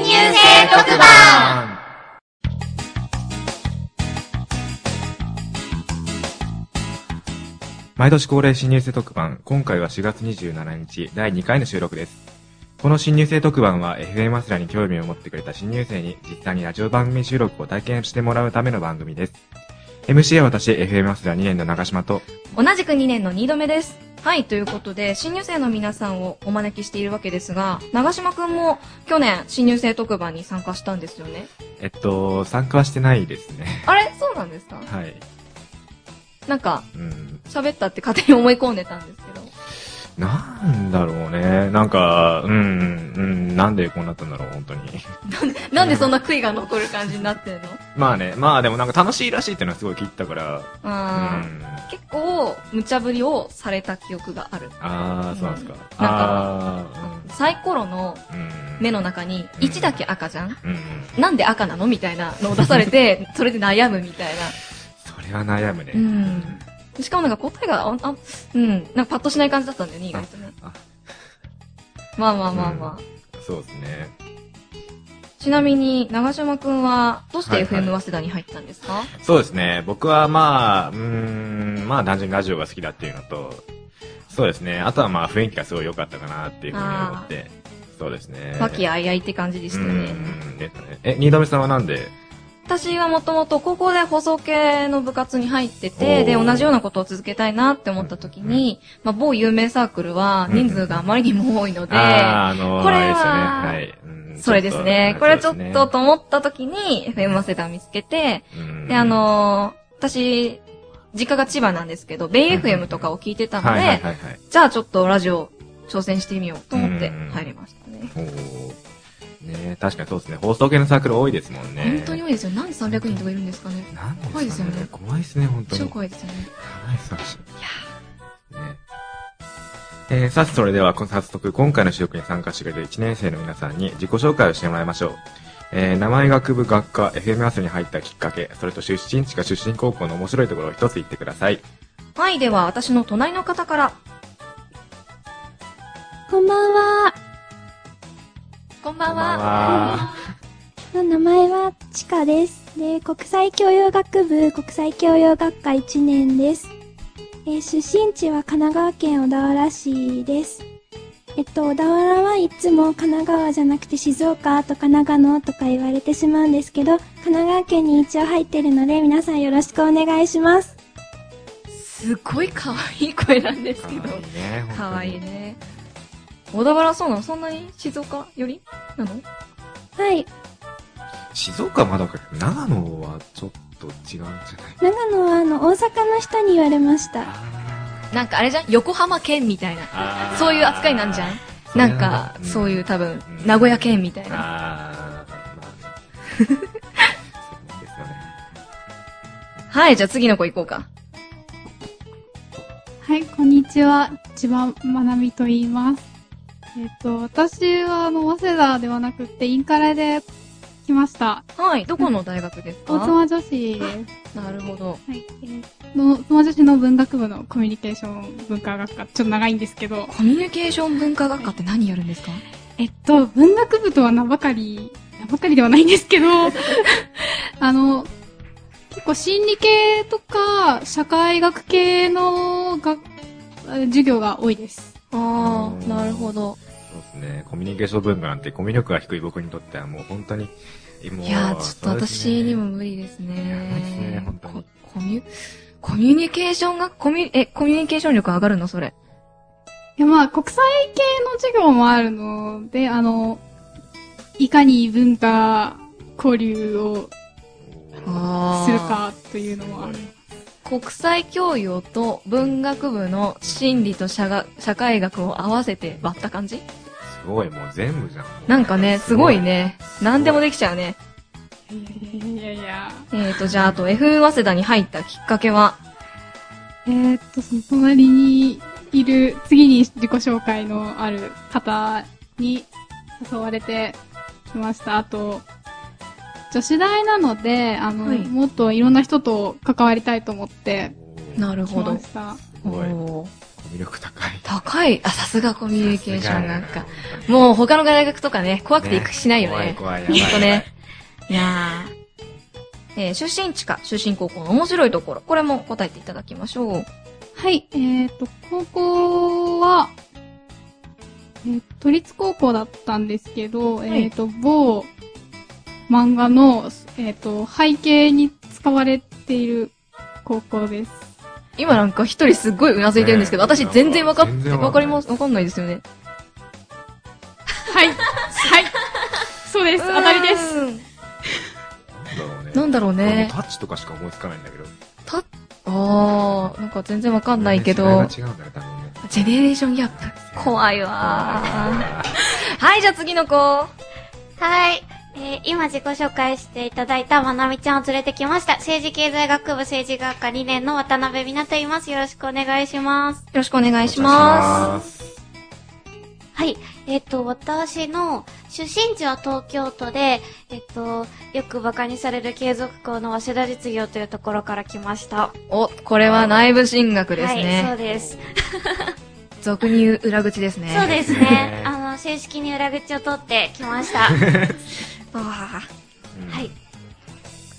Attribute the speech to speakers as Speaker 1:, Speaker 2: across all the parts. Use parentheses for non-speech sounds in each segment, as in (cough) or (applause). Speaker 1: 生特番
Speaker 2: 毎年恒例新入生特番、今回は4月27日、第2回の収録です。この新入生特番は、FM アスラに興味を持ってくれた新入生に、実際にラジオ番組収録を体験してもらうための番組です。MC は私、FM アスラ2年の長島と、
Speaker 3: 同じく2年の2度目です。はい、ということで、新入生の皆さんをお招きしているわけですが、長島くんも去年、新入生特番に参加したんですよね。
Speaker 2: えっと、参加はしてないですね。 (laughs)
Speaker 3: あれそうなんですか
Speaker 2: はい。
Speaker 3: なんか、
Speaker 2: うん。
Speaker 3: 喋ったって勝手に思い込んでたんですけど。
Speaker 2: なんだろうね。なんか、うん、うん、なんでこうなったんだろう、本当に。 (laughs)
Speaker 3: なんでそんな悔いが残る感じになってんの
Speaker 2: まあね、まあでもなんか楽しいらしいっていうのはすごい聞いたから、
Speaker 3: あー、
Speaker 2: うん。
Speaker 3: 結構、無茶ぶりをされた記憶がある。
Speaker 2: あー、そうなんですか。
Speaker 3: うんなん
Speaker 2: あ
Speaker 3: サイコロの
Speaker 2: ー、うん。
Speaker 3: 目の中に1だけ赤じゃん
Speaker 2: うんうん。
Speaker 3: なんで赤なのみたいなのを出されて、それで悩むみたいな。
Speaker 2: それは悩むね。
Speaker 3: うんしかもなんか答えが、あ、あうん、なんかパッとしない感じだったんだよね、意外とね
Speaker 2: あ。
Speaker 3: まあまあまあまあ。
Speaker 2: そうですね。
Speaker 3: ちなみに、長島くんは、どうし
Speaker 2: は
Speaker 3: て
Speaker 2: いはい
Speaker 3: FM 早稲田に入ったんですか、
Speaker 2: そうですね。僕はまあ、うーん、まあ単純にラジオが好きだっていうのと、そうですね。あとはまあ雰囲気がすごい良かったかなっていうふうに思って、そうですね。
Speaker 3: 和気あいあいって感じで
Speaker 2: で
Speaker 3: したね。
Speaker 2: ですね。え、新目さんはなんで
Speaker 3: 私はもともと高校で放送系の部活に入って
Speaker 2: お
Speaker 3: て、
Speaker 2: ー
Speaker 3: で、同じようなことを続けたいなって思った時に、まあ、某有名サークルは人数があまりにも多いので、
Speaker 2: (laughs) ああ、あの、
Speaker 3: これは
Speaker 2: あれですよね。はいうん。
Speaker 3: それですね。これはちょっとと思った時に、FM 早稲田を見つけて、で、あ、のー私、実家が千葉なんですけど、ベイ
Speaker 2: うん
Speaker 3: FM とかを聞いて
Speaker 2: そ
Speaker 3: た
Speaker 2: うそう
Speaker 3: の
Speaker 2: はいはい
Speaker 3: で、
Speaker 2: はいはい。
Speaker 3: じゃあちょっとラジオ挑戦してみようと思って
Speaker 2: うん
Speaker 3: 入りましたね。
Speaker 2: おーね確かにそうですね。放送系のサークル多いですもんね。
Speaker 3: 本当に多いですよ。なんで300人とかいるんですかね。
Speaker 2: なんですかね。
Speaker 3: 怖いですよね
Speaker 2: 怖いですね、本当に。
Speaker 3: 超怖いですよね。
Speaker 2: はい、そうですね。えー、さて、それでは、こ早速、今回の収録に参加してくれた1年生の皆さんに自己紹介をしてもらいましょう。えー、名前学部学科、FM アスに入ったきっかけ、それと出身地か出身高校の面白いところを一つ言ってください。
Speaker 3: はい、では私の隣の方から。
Speaker 4: こんばんは。
Speaker 3: こんばん
Speaker 2: こんばん
Speaker 3: は。
Speaker 2: は
Speaker 4: 名前はちかです。で、国際教養学部国際教養学科1年です。えー出身地は神奈川県小田原市です。えっと、小田原はいつも神奈川じゃなくて静岡とか長野とか言われてしまうんですけど、神奈川県に一応入ってるので皆さんよろしくお願いします。
Speaker 3: すごい可愛い声なんですけど
Speaker 2: か。わいいね、本当に
Speaker 3: 可愛いね。小田原そうなのそんなに静岡よりなの
Speaker 4: はい。
Speaker 2: 静岡はまだわかるけど長野はちょっと違うんじゃない
Speaker 4: 長野はあの、大阪の人に言われました。
Speaker 2: あ
Speaker 3: なんかあれじゃん横浜県みたいな。
Speaker 2: ー
Speaker 3: そういう扱いなんじゃん
Speaker 2: それ
Speaker 3: な
Speaker 2: は
Speaker 3: んか、
Speaker 2: うん
Speaker 3: そういう多分
Speaker 2: う、ん
Speaker 3: 名古屋県みたいな。
Speaker 2: あー、まあ、そうなんですよね。
Speaker 3: はい、じゃあ次の子行こうか。
Speaker 5: はい、こんにちは。千葉まなみと言います。えっ、と、私は、あの、早稲田ではなくて、インカレで来ました。
Speaker 3: はい、どこの大学です
Speaker 5: 大
Speaker 3: か
Speaker 5: 妻女子です。
Speaker 3: なるほど。
Speaker 5: はい、えーの、大妻女子の文学部のコミュニケーション文化学科、ちょっと長いんですけど、
Speaker 3: コミュニケーション文化学科って何やるんですか
Speaker 5: えっと、文学部とは名ばかり、名ばかりではないんですけど、 (laughs) あの、結構心理系とか、社会学系の学、授業が多いです。
Speaker 3: あ
Speaker 2: う
Speaker 3: あ、
Speaker 2: ん
Speaker 3: なるほど。
Speaker 2: そうですね。コミュニケーション文化なんてコミュ力が低い僕にとってはもう本当に、もう
Speaker 3: いやー、ちょっと私にも。無理です
Speaker 2: やばいっすね
Speaker 3: ね。
Speaker 2: 本当に
Speaker 3: こコミュ、コミュニケーションが、コミュ、え、コミュニケーション力上がるのそれ。
Speaker 5: いや、まあ、国際系の授業もあるので、あの、いかに文化交流を
Speaker 3: ああ。
Speaker 5: する。かというのもある。
Speaker 3: 国際教養と文学部の心理と社が社会学を合わせて割った感じ
Speaker 2: すごい、もう全部じゃん。
Speaker 3: なんかね、すごい。ね。何でもできちゃうね。
Speaker 5: いやいやいや。
Speaker 3: えーと、じゃあ、あと F 早稲田に入ったきっかけは、
Speaker 5: えー、っと、その隣にいる、次に自己紹介のある方に誘われてきました。あと、女子大なので、あの、
Speaker 3: はい
Speaker 5: もっといろんな人と関わりたいと思って
Speaker 2: おー
Speaker 3: なる
Speaker 5: 来
Speaker 3: ほど
Speaker 5: ま。した。
Speaker 2: す
Speaker 3: お
Speaker 2: ごい。コ
Speaker 3: ー
Speaker 2: 魅力高い。
Speaker 3: 高い。あ、さすがコミュニケーションなんか。
Speaker 2: う、
Speaker 3: もう他の大学とかね、怖くて行く気しないよ
Speaker 2: 怖い
Speaker 3: ね。
Speaker 2: 怖い。やば
Speaker 3: ほ
Speaker 2: い
Speaker 3: んとね。。いやーえー出身地か出身高校の面白いところ。これも答えていただきましょう。
Speaker 5: はい、えっ、と、高校は、えー都立高校だったんですけど、
Speaker 3: い
Speaker 5: えっ、と、某漫画の、えっ、と、背景に使われている高校です。
Speaker 3: 今なんか一人すっごいうなずいてるんですけど、
Speaker 2: ね
Speaker 3: 私全然わかっ
Speaker 2: 全
Speaker 3: て、
Speaker 2: 然わかんない
Speaker 3: わかります、わかんないですよね。
Speaker 5: はい、はい、そうです、当たりです。
Speaker 2: なんだろうね。
Speaker 3: なんだろう
Speaker 2: 俺もう
Speaker 3: ね
Speaker 2: タ。ッチとかしか思いつかないんだけど。わ
Speaker 3: た、あー、なんか全然わかんないけど、
Speaker 2: 世代が違うんだね、多分ね。
Speaker 3: ジェネレーションギャップ。怖いわー。はい、じゃあ次の子。は
Speaker 1: はい。えー今自己紹介していただいたまなみちゃんを連れてきました。政治経済学部政治学科2年の渡辺美奈と言います。よろしくお願いします。
Speaker 3: よろしくお願いし
Speaker 2: お
Speaker 3: ま
Speaker 2: 願いします。
Speaker 1: はい。えっ、と、私の出身地は東京都で、えっ、と、よく馬鹿にされる継続校の早稲田実業というところから来ました。
Speaker 3: す。お、これは内部進学です
Speaker 1: はい、そう
Speaker 3: ね。
Speaker 1: です。
Speaker 3: 俗に言う裏口ですね。
Speaker 1: そうです
Speaker 2: ね
Speaker 1: ね。 (laughs) あの、正式に裏口を取ってきま
Speaker 3: (laughs)
Speaker 1: した。
Speaker 3: あ
Speaker 2: うん
Speaker 1: はい。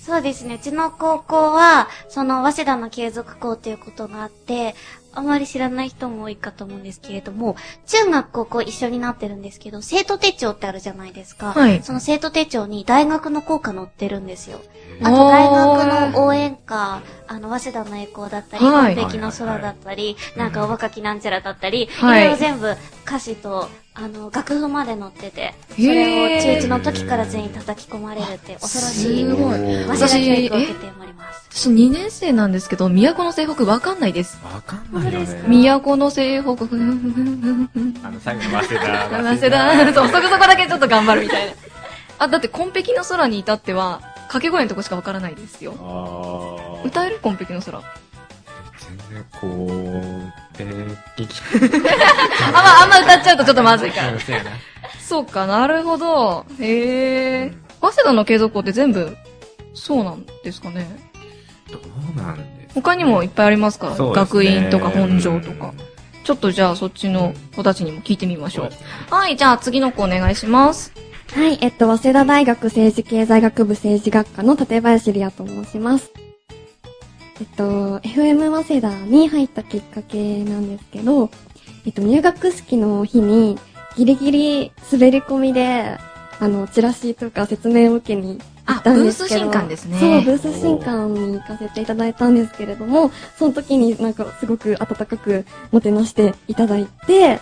Speaker 1: そうですね。うちの高校は、その、早稲田の継続校ということがあって、あまり知らない人も多いかと思うんですけれども、中学高校一緒になってるんですけど、生徒手帳ってあるじゃないですか。
Speaker 3: はい
Speaker 1: その生徒手帳に大学の校歌載ってるんですよ。あ
Speaker 3: お
Speaker 1: と
Speaker 3: ー
Speaker 1: 大学の応援歌、あの、早稲田の栄光だったり、
Speaker 3: はい
Speaker 1: 完璧の空だったり、
Speaker 2: い
Speaker 1: なんかお若きなんちゃらだったり、
Speaker 3: はい
Speaker 1: いろいろ全部歌詞と、あの、楽譜まで載ってて、そ
Speaker 3: へー
Speaker 1: れを中1の時から全員叩き込まれるって恐ろしい
Speaker 3: す、ごい
Speaker 1: 早稲田
Speaker 3: 私
Speaker 1: 教育を受けております。
Speaker 3: 私2年生なんですけど、都の西北わかんないです。
Speaker 2: わかんないよね。
Speaker 3: 都の西北、 (laughs) ふんふんふんふんふん。
Speaker 2: あの、最後の早稲田。
Speaker 3: 早稲田、そう、そこそこだけちょっと頑張るみたいな。あ、だって、コンペキの空に至っては、掛け声のとこしかわからないですよ。
Speaker 2: あー
Speaker 3: 歌えるコンペキの空。あ、
Speaker 2: 全然、こう、えー、聞き
Speaker 3: まあ、あんま歌っちゃうとちょっとまずいから。
Speaker 2: そうやな。
Speaker 3: そうか、なるほど。
Speaker 2: う
Speaker 3: へえ
Speaker 2: ん。
Speaker 3: 早稲田の継続校って全部、そうなんですかね。
Speaker 2: どうなんです
Speaker 3: 他にもいっぱいありますから、
Speaker 2: そうです
Speaker 3: 学
Speaker 2: ね
Speaker 3: 院とか本庄とか。。ちょっとじゃあ、そっちの子たちにも聞いてみましょう。はい、じゃあ、次の子お願いします。
Speaker 4: はい、えっと、早稲田大学政治経済学部政治学科の立林里也と申します。えっと、FM 早稲田に入ったきっかけなんですけど、えっと、入学式の日にギリギリ滑り込みで、あの、チラシとか説明を受けに行
Speaker 3: あ
Speaker 4: っ、
Speaker 3: ブ
Speaker 4: たんで
Speaker 3: ー
Speaker 4: す
Speaker 3: ス
Speaker 4: けど。
Speaker 3: 新刊ですね。
Speaker 4: そう、ブース新刊に行かせていただいたんですけれども、その時になんかすごく温かくもてなしていただいて、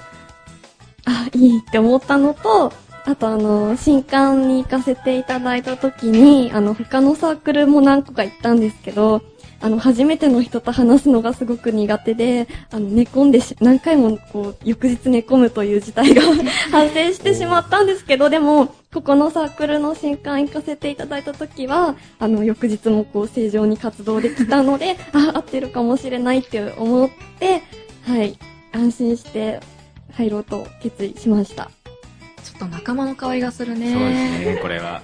Speaker 4: あ、いいって思ったのと、あとあの、新刊に行かせていただいた時に、あの、他のサークルも何個か行ったんですけど、あの、初めての人と話すのがすごく苦手で、あの、寝込んでし、何回もこう、翌日寝込むという事態が (laughs) 発生してしまったんですけど、でも、ここのサークルの新刊行かせていただいた時は、あの、翌日もこう、正常に活動できたので、 (laughs) あ、合ってるかもしれないって思って、はい、安心して入ろうと決意しました。
Speaker 3: ちょっと仲間の香りがするね。
Speaker 2: そうですね、これは。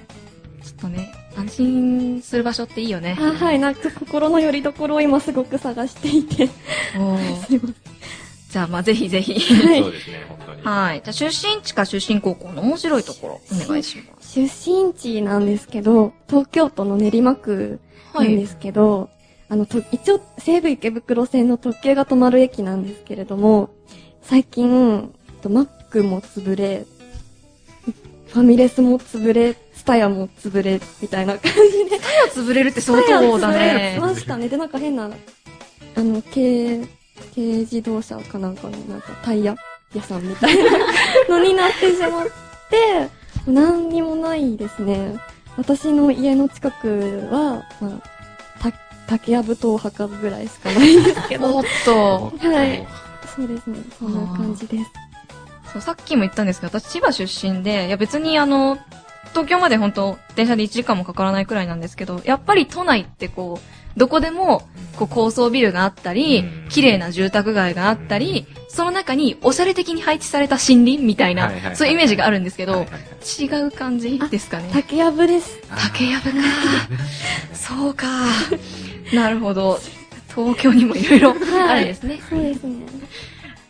Speaker 3: ちょっとね、安心する場所っていいよね
Speaker 4: あ。はい、なんか心の拠り所を今すごく探していて、
Speaker 3: おー
Speaker 4: すいま
Speaker 3: じゃあ、まあ、ぜひぜひ。
Speaker 4: せん。はい
Speaker 2: そうですね、本当に。
Speaker 3: はい。じゃあ、出身地か出身高校の面白いところ、お願いしま
Speaker 4: (laughs) 出身地なんですけど、東京都の練馬区
Speaker 3: す。
Speaker 4: なんですけど、あの、と一応、西武池袋線の特急が止まる駅なんですけれども、最近、えっとマックも潰れ、ファミレスも潰れ、ツタヤも潰れ、みたいな感じで。
Speaker 3: 手が潰れるって相当だ
Speaker 4: そう
Speaker 3: ね。
Speaker 4: ましたね。で、なんか変な、あの、軽、軽自動車かなんかの、なんかタイヤ屋さんみたいなのになってし (laughs) まって、何にもないですね。私の家の近くは、まあ、た竹やぶとお墓ぐらいしかない (laughs) んですけど、
Speaker 3: おっと。
Speaker 4: はいそうですね。そんな感じです。
Speaker 3: そう、さっきも言ったんですけど、私千葉出身で、いや別にあの、東京まで本当電車で1時間もかからないくらいなんですけど、やっぱり都内ってこう、どこでも、こう高層ビルがあったり
Speaker 2: うん、
Speaker 3: 綺麗な住宅街があったり、その中におしゃれ的に配置された森林みたいな
Speaker 2: はいはいは、い
Speaker 3: そういうイメージがあるんですけ
Speaker 2: はい
Speaker 3: ど
Speaker 2: はい、はい
Speaker 3: 違う感じですかね。
Speaker 4: 竹やぶ (laughs) です。
Speaker 3: 竹やぶか。 (laughs) そうか。なるほど。東京にもいろいろあるんですね。
Speaker 4: そうですね。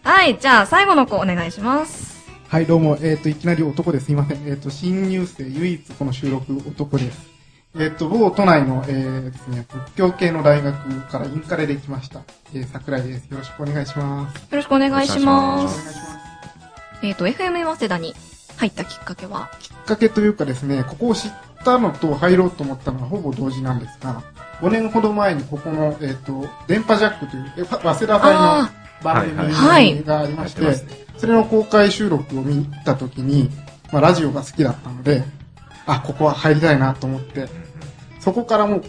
Speaker 3: はい、じゃあ最後の子お願いします。
Speaker 6: はい、どうも、えっ、と、いきなり男ですいません。えっ、と、新入生唯一この収録男です。えっ、と、某都内の、えーですね、仏教系の大学からインカレで来ました。えー、桜井です。よろしくお願いします。
Speaker 3: よろしくお願いしま
Speaker 2: よろしくお願い
Speaker 3: す。えっ、と、FM 早稲田に入ったきっかけは、
Speaker 6: きっかけというかですね、ここを知ったのと入ろうと思ったのはほぼ同時なんですが、5年ほど前にここの、えっ、と、電波ジャックという、え早稲田大の
Speaker 3: あ
Speaker 6: 番
Speaker 2: はい
Speaker 3: はい
Speaker 6: 組がありま
Speaker 2: やっ
Speaker 6: してて、
Speaker 2: ますね。
Speaker 6: それの公開収録を見たときに、まあ、ラジオが好きだったので、あ、ここは入りたいなと思って、そこからもう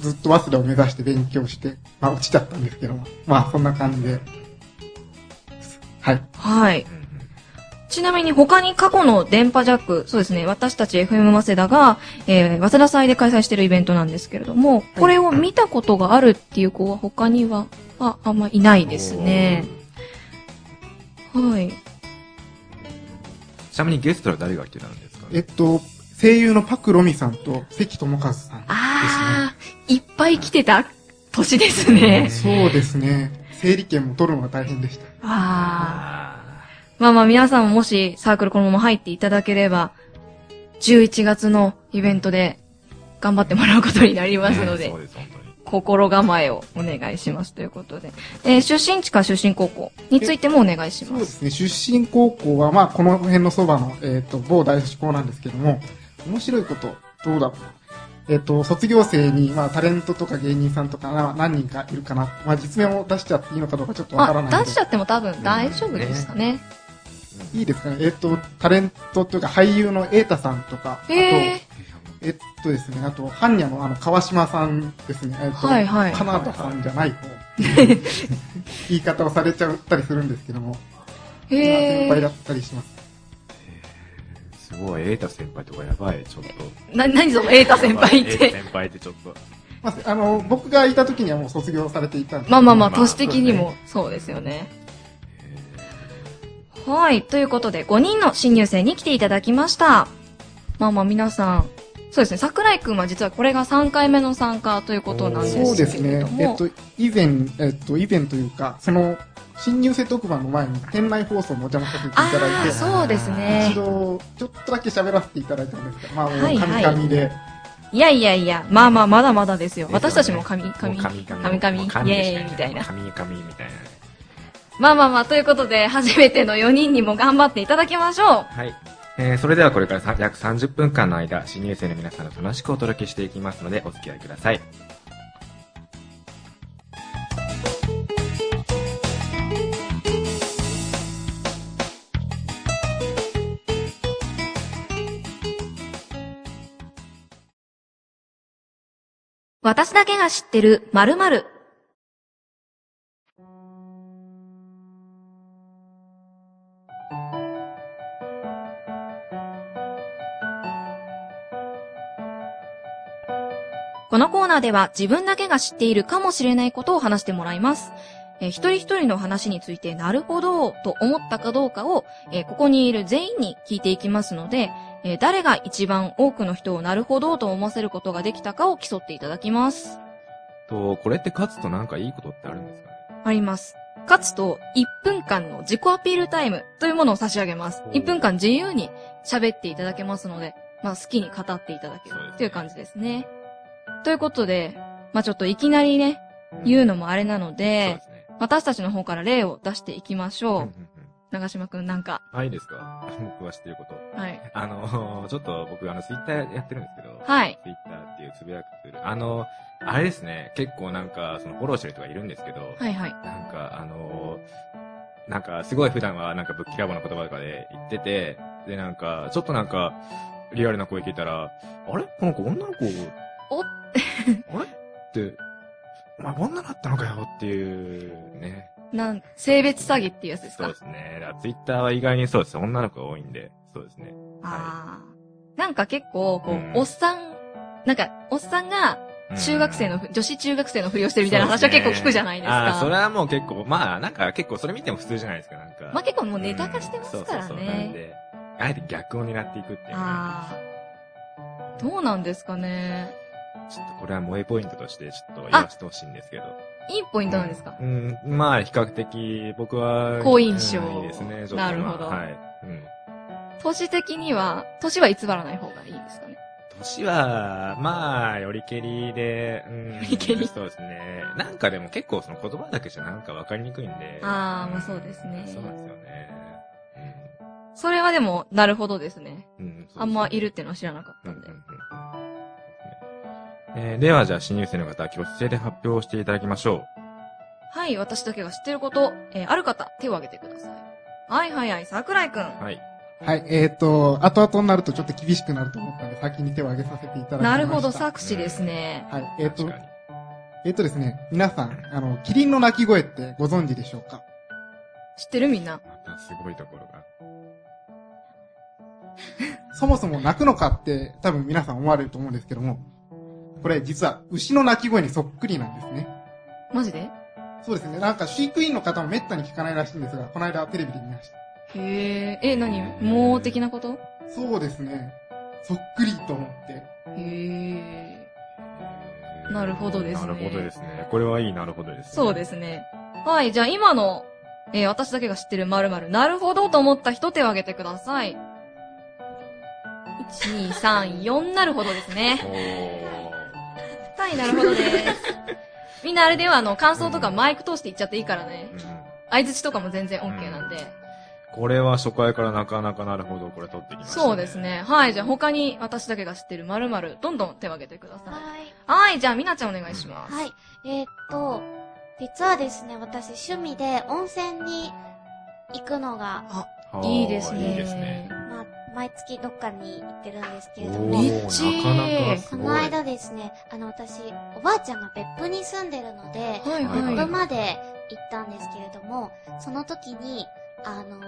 Speaker 6: ずっと早稲田を目指して勉強して、まあ落ちちゃったんですけども、まあそんな感じで。はい。
Speaker 3: あ、はい。ちなみに他に過去の電波ジャック、そうですね、私たち FM 早稲田が、えー、早稲田祭で開催しているイベントなんですけれども、これを見たことがあるっていう子は他には、あ、あんまいないですね。はい。
Speaker 2: ちなみにゲストは誰が来てたんですか
Speaker 6: えっと、声優のパクロミさんと関智和さん。
Speaker 3: あー、いっぱい来てた年ですね。
Speaker 6: そうですね。整理券も取るのが大変でした。
Speaker 3: あー。
Speaker 2: あ
Speaker 3: まあまあ皆さんももしサークルこのまま入っていただければ、11月のイベントで頑張ってもらうことになり
Speaker 2: あ
Speaker 3: ますので
Speaker 2: そう、です、本当に。
Speaker 3: 心構えをお願いしますということで。えー出身地か出身高校についてもお願いし
Speaker 6: そう
Speaker 3: ま。
Speaker 6: ですすね。出身高校は、まあ、この辺のそばの、えっ、と、某大志校なんですけども、面白いこと、どうだろうな。えっ、と、卒業生に、まあ、タレントとか芸人さんとかな何人かいるかな。まあ、実名を出しちゃっていいのかどうかちょっとわからないん
Speaker 3: あ、
Speaker 6: で
Speaker 3: 出しち。ゃっても多分大丈夫ですかね。
Speaker 6: いいですかね。えっ、と、タレントというか、俳優の瑛太さんとか、あと、
Speaker 3: え
Speaker 6: えっとですね、あと、ハンニャのあの、川島さんですね。えっと、
Speaker 3: はいはい
Speaker 6: カナダさんじゃない
Speaker 3: (laughs)
Speaker 6: 方。言い方をされちゃったりするんですけど
Speaker 3: ー、
Speaker 6: も、まあ先
Speaker 3: え
Speaker 6: 輩だ
Speaker 3: ー、
Speaker 6: ったりします。
Speaker 2: すごい、瑛太先輩とかやばい、ちょっと。
Speaker 3: な、何その瑛太先輩っ
Speaker 2: 瑛
Speaker 6: (laughs)
Speaker 2: 太
Speaker 3: て。
Speaker 2: 先輩ってちょっと。
Speaker 6: まあ、あの、僕がいた時にはもう卒業されていたんで。
Speaker 3: まあまあまあ、
Speaker 2: まあ
Speaker 3: 都市的にもそうですよね。はい。ということで、5人の新入生に来ていただきました。まあまあ、皆さん、そうですね、桜井くんは実はこれが3回目の参加ということなんですけれども。
Speaker 6: そうですね。えっと、以前、えっと、以前というか、その、新入生特番の前に店内放送もお邪魔させてい
Speaker 3: あ
Speaker 6: ただい
Speaker 3: あ、
Speaker 6: て、
Speaker 3: そうです
Speaker 6: 一
Speaker 3: ね。
Speaker 6: 度、ちょっとだけ喋らせていただいたんですが、まあ、もう、
Speaker 3: はいはい
Speaker 6: 神々で、
Speaker 3: いやいやいや、まあまあ、まだまだですよ。
Speaker 2: ですよね
Speaker 3: (laughs) 私たちも神々、神々、神々、イエーイみたいな。
Speaker 2: 神々みたいな。
Speaker 3: まあまあまあ、ということで、初めての4人にも頑張っていただきましょう。
Speaker 2: はい。えーそれではこれからさ約30分間の間、新入生の皆さんと楽しくお届けしていきますので、お付き合いください。
Speaker 3: 私だけが知ってる〇〇。このコーナーでは自分だけが知っているかもしれないことを話してもらいます。えー一人一人の話についてなるほどと思ったかどうかを、えーここにいる全員に聞いていきますので、えー誰が一番多くの人をなるほどと思わせることができたかを競っていただきます。
Speaker 2: と、これって勝つとなんかいいことってあるんですかね
Speaker 3: あります。勝つと、1分間の自己アピールタイムというものを差し上げます
Speaker 2: お。ー
Speaker 3: 1分間自由に喋っていただけますので、まあ好きに語っていただける
Speaker 2: そうですね
Speaker 3: という感じですね。ということで、まあちょっといきなりね、言うのもあれなの
Speaker 2: そう
Speaker 3: で
Speaker 2: で、すね。
Speaker 3: 私たちの方から例を出していきまし
Speaker 2: う
Speaker 3: ょ
Speaker 2: ん
Speaker 3: う。
Speaker 2: うんうん
Speaker 3: 長島くんなんか。
Speaker 2: あ、いいですか僕は知ってること。
Speaker 3: はい。
Speaker 2: あの、 (laughs) ちょっと僕、あの、ツイッターやってるんですけど、
Speaker 3: はい。
Speaker 2: ツイッターっていうつぶやくツール。あの、あれですね、結構なんか、そのフォローしてる人がいるんですけど、
Speaker 3: はいはい。
Speaker 2: なんか、あのーなんか、すごい普段は、なんか、ぶっきらぼうな言葉とかで言ってて、で、なんか、ちょっとなんか、リアルな声聞いたら、あれこの子、女の子、
Speaker 3: おっ
Speaker 2: (laughs) あれって、お前、女だったのかよっていう、ね。
Speaker 3: なん、性別詐欺っていうやつです
Speaker 2: そう
Speaker 3: か
Speaker 2: ですね。だから、ツイッターは意外にそうです。女の子が多いんで、そうですね。
Speaker 3: ああ。なんか結構、こう、
Speaker 2: うん
Speaker 3: おっさん、なんか、おっさんが
Speaker 2: うん
Speaker 3: 中学生のふ、女子中学生のふりをしてるみたいな話は結構聞くじゃないです
Speaker 2: そうねあー
Speaker 3: か。
Speaker 2: それはもう結構、まあ、なんか、結構、それ見ても普通じゃないですか、なんか。
Speaker 3: まあ結構もうネタ化してますからね。
Speaker 2: うんそうそうそうなんで、あえて逆を狙っていくっていうね、
Speaker 3: ああ。どうなんですかね。
Speaker 2: ちょっとこれは萌えポイントとして、ちょっと言わせてほしいんですけど。
Speaker 3: いいポイントなんですか
Speaker 2: うん、まあ、比較的、僕は、
Speaker 3: 好印象
Speaker 2: うんいいですね、ちょっと
Speaker 3: なるほど
Speaker 2: まあはい。うん。
Speaker 3: 年的には、年は偽らない方がいいですかね。
Speaker 2: 年は、まあ、よりけりで、うん。よ
Speaker 3: りけり
Speaker 2: そうですね。なんかでも結構その言葉だけじゃなんかわかりにくいんで。
Speaker 3: あーまあそうですね
Speaker 2: そうなんですよね。
Speaker 3: それはでも、なるほどですね。
Speaker 2: うん。うん
Speaker 3: あんまいるっていうのは知らなかっ
Speaker 2: う
Speaker 3: た
Speaker 2: んうん
Speaker 3: んで
Speaker 2: う。んえーでは、じゃあ、新入生の方、挙手制で発表していただきましょ
Speaker 3: はい、私だけが知ってること、えーある方、手を挙げてください。はいはいはい、桜井くん。
Speaker 2: う。はい。
Speaker 6: はい、えっ、と、後々になるとちょっと厳しくなると思ったんで、先に手を挙げさせていただきました。
Speaker 3: なるほど、作詞ですね。
Speaker 6: はい、えっ、と
Speaker 2: 確、かに。
Speaker 6: えっ、とですね、皆さん、あの、キリンの鳴き声ってご存知でしょうか
Speaker 3: 知ってるみんな。
Speaker 2: またすごいところが。
Speaker 6: そもそも鳴くのかって多分皆さん思われると思うんですけども、これ実は牛の鳴き声にそっくりなんですね。
Speaker 3: マジで
Speaker 6: そうですね、なんか飼育員の方もめったに聞かないらしいんですが、この間テレビで見ました。
Speaker 3: へえ、え、何盲的なこと
Speaker 6: そうですね、そっくりと思って。
Speaker 3: へえ。
Speaker 2: えー
Speaker 3: なるほどですね
Speaker 2: なるほどですね。これはいいなるほどです、ね。
Speaker 3: そうですね。はい、じゃあ今の、えー私だけが知ってる〇〇、なるほどと思った人手を挙げてください。1、2、3、4なるほどですね。
Speaker 2: おー。
Speaker 3: はい、なるほどです。みんなあれではあの、感想とかマイク通して言っちゃっていいからね
Speaker 2: う。ん
Speaker 3: 相槌とかも全然 OK なんで。
Speaker 2: これは初回からなかなかなるほどこれ取ってきました、ね。
Speaker 3: そうです。ね。はい、じゃあ他に私だけが知ってる〇〇、どんどん手を挙げてください。
Speaker 1: は
Speaker 3: は
Speaker 1: い。
Speaker 3: い、じゃあみなちゃんお願いします。
Speaker 1: はい。えーっと、実はですね、私趣味で温泉に行くのが、
Speaker 2: はー
Speaker 3: いいですね。
Speaker 2: いいですね。
Speaker 1: まあ、毎月どっかに行ってるんですけれど
Speaker 2: お
Speaker 1: も、
Speaker 3: めっちゃい
Speaker 2: ー
Speaker 3: い
Speaker 2: なかなかす
Speaker 1: こ
Speaker 2: ごい。
Speaker 1: の間ですね、あの私、おばあちゃんが別府に住んでるので、
Speaker 3: はい、
Speaker 2: は
Speaker 3: はいい。
Speaker 1: ここまで行ったんですけれども、その時に、あのー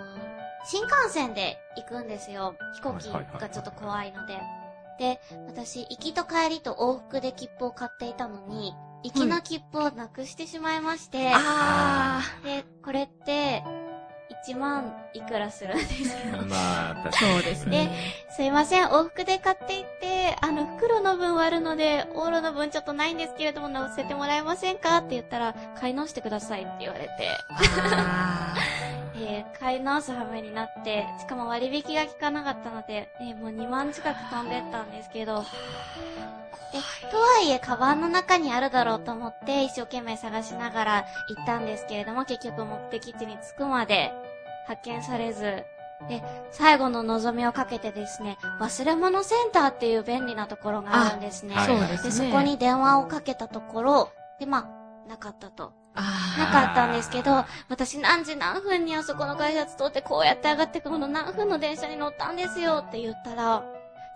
Speaker 1: 新幹線で行くんですよ。飛行機がちょっと怖いので。で、私、行きと帰りと往復で切符を買っていたのに、行きの切符をなくしてしまいまして、
Speaker 3: あ
Speaker 1: で、これって、1万いくらするんですよ。
Speaker 2: まあ、確
Speaker 3: ー。
Speaker 2: かに。
Speaker 3: そうですね。
Speaker 1: すいません、往復で買っていって、あの、袋の分割るので、往路の分ちょっとないんですけれども、乗せてもらえませんかって言ったら、買い直してくださいって言われて。
Speaker 3: あ
Speaker 1: えー買い直す羽目になって、しかも割引が効かなかったので、えーもう2万近く飛んでったんですけど、でとはいえ、カバンの中にあるだろうと思って、一生懸命探しながら行ったんですけれども、結局目的地に着くまで発見されず、で、最後の望みをかけてですね、忘れ物センターっていう便利なところがあるんですね。
Speaker 2: あはい
Speaker 3: そうですね。
Speaker 1: で、そこに電話をかけたところ、で、まあ、なかったと。な
Speaker 3: あ
Speaker 1: かったんですけど、私何時何分にあそこの改札通ってこうやって上がってくるの何分の電車に乗ったんですよって言ったら、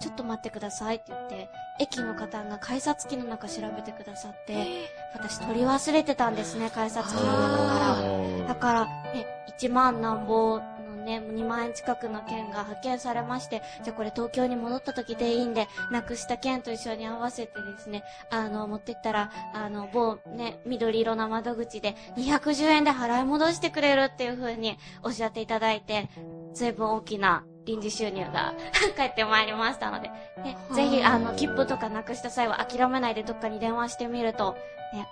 Speaker 1: ちょっと待ってくださいって言って、駅の方が改札機の中調べてくださって、私取り忘れてたんですね、改札機の中から。
Speaker 2: おー
Speaker 1: だから、ね、1万なんぼのね、2万円近くの券が派遣されまして、じゃあこれ東京に戻った時でいいんで、なくした券と一緒に合わせてですね、あの、持ってったら、あの、某ね、緑色な窓口で210円で払い戻してくれるっていう風におっしゃっていただいて、随分大きな臨時収入が (laughs) 返ってまいりましたので、ね、
Speaker 3: あ
Speaker 1: ぜひ、あの、切符とかなくした際は諦めないでどっかに電話してみると、ね、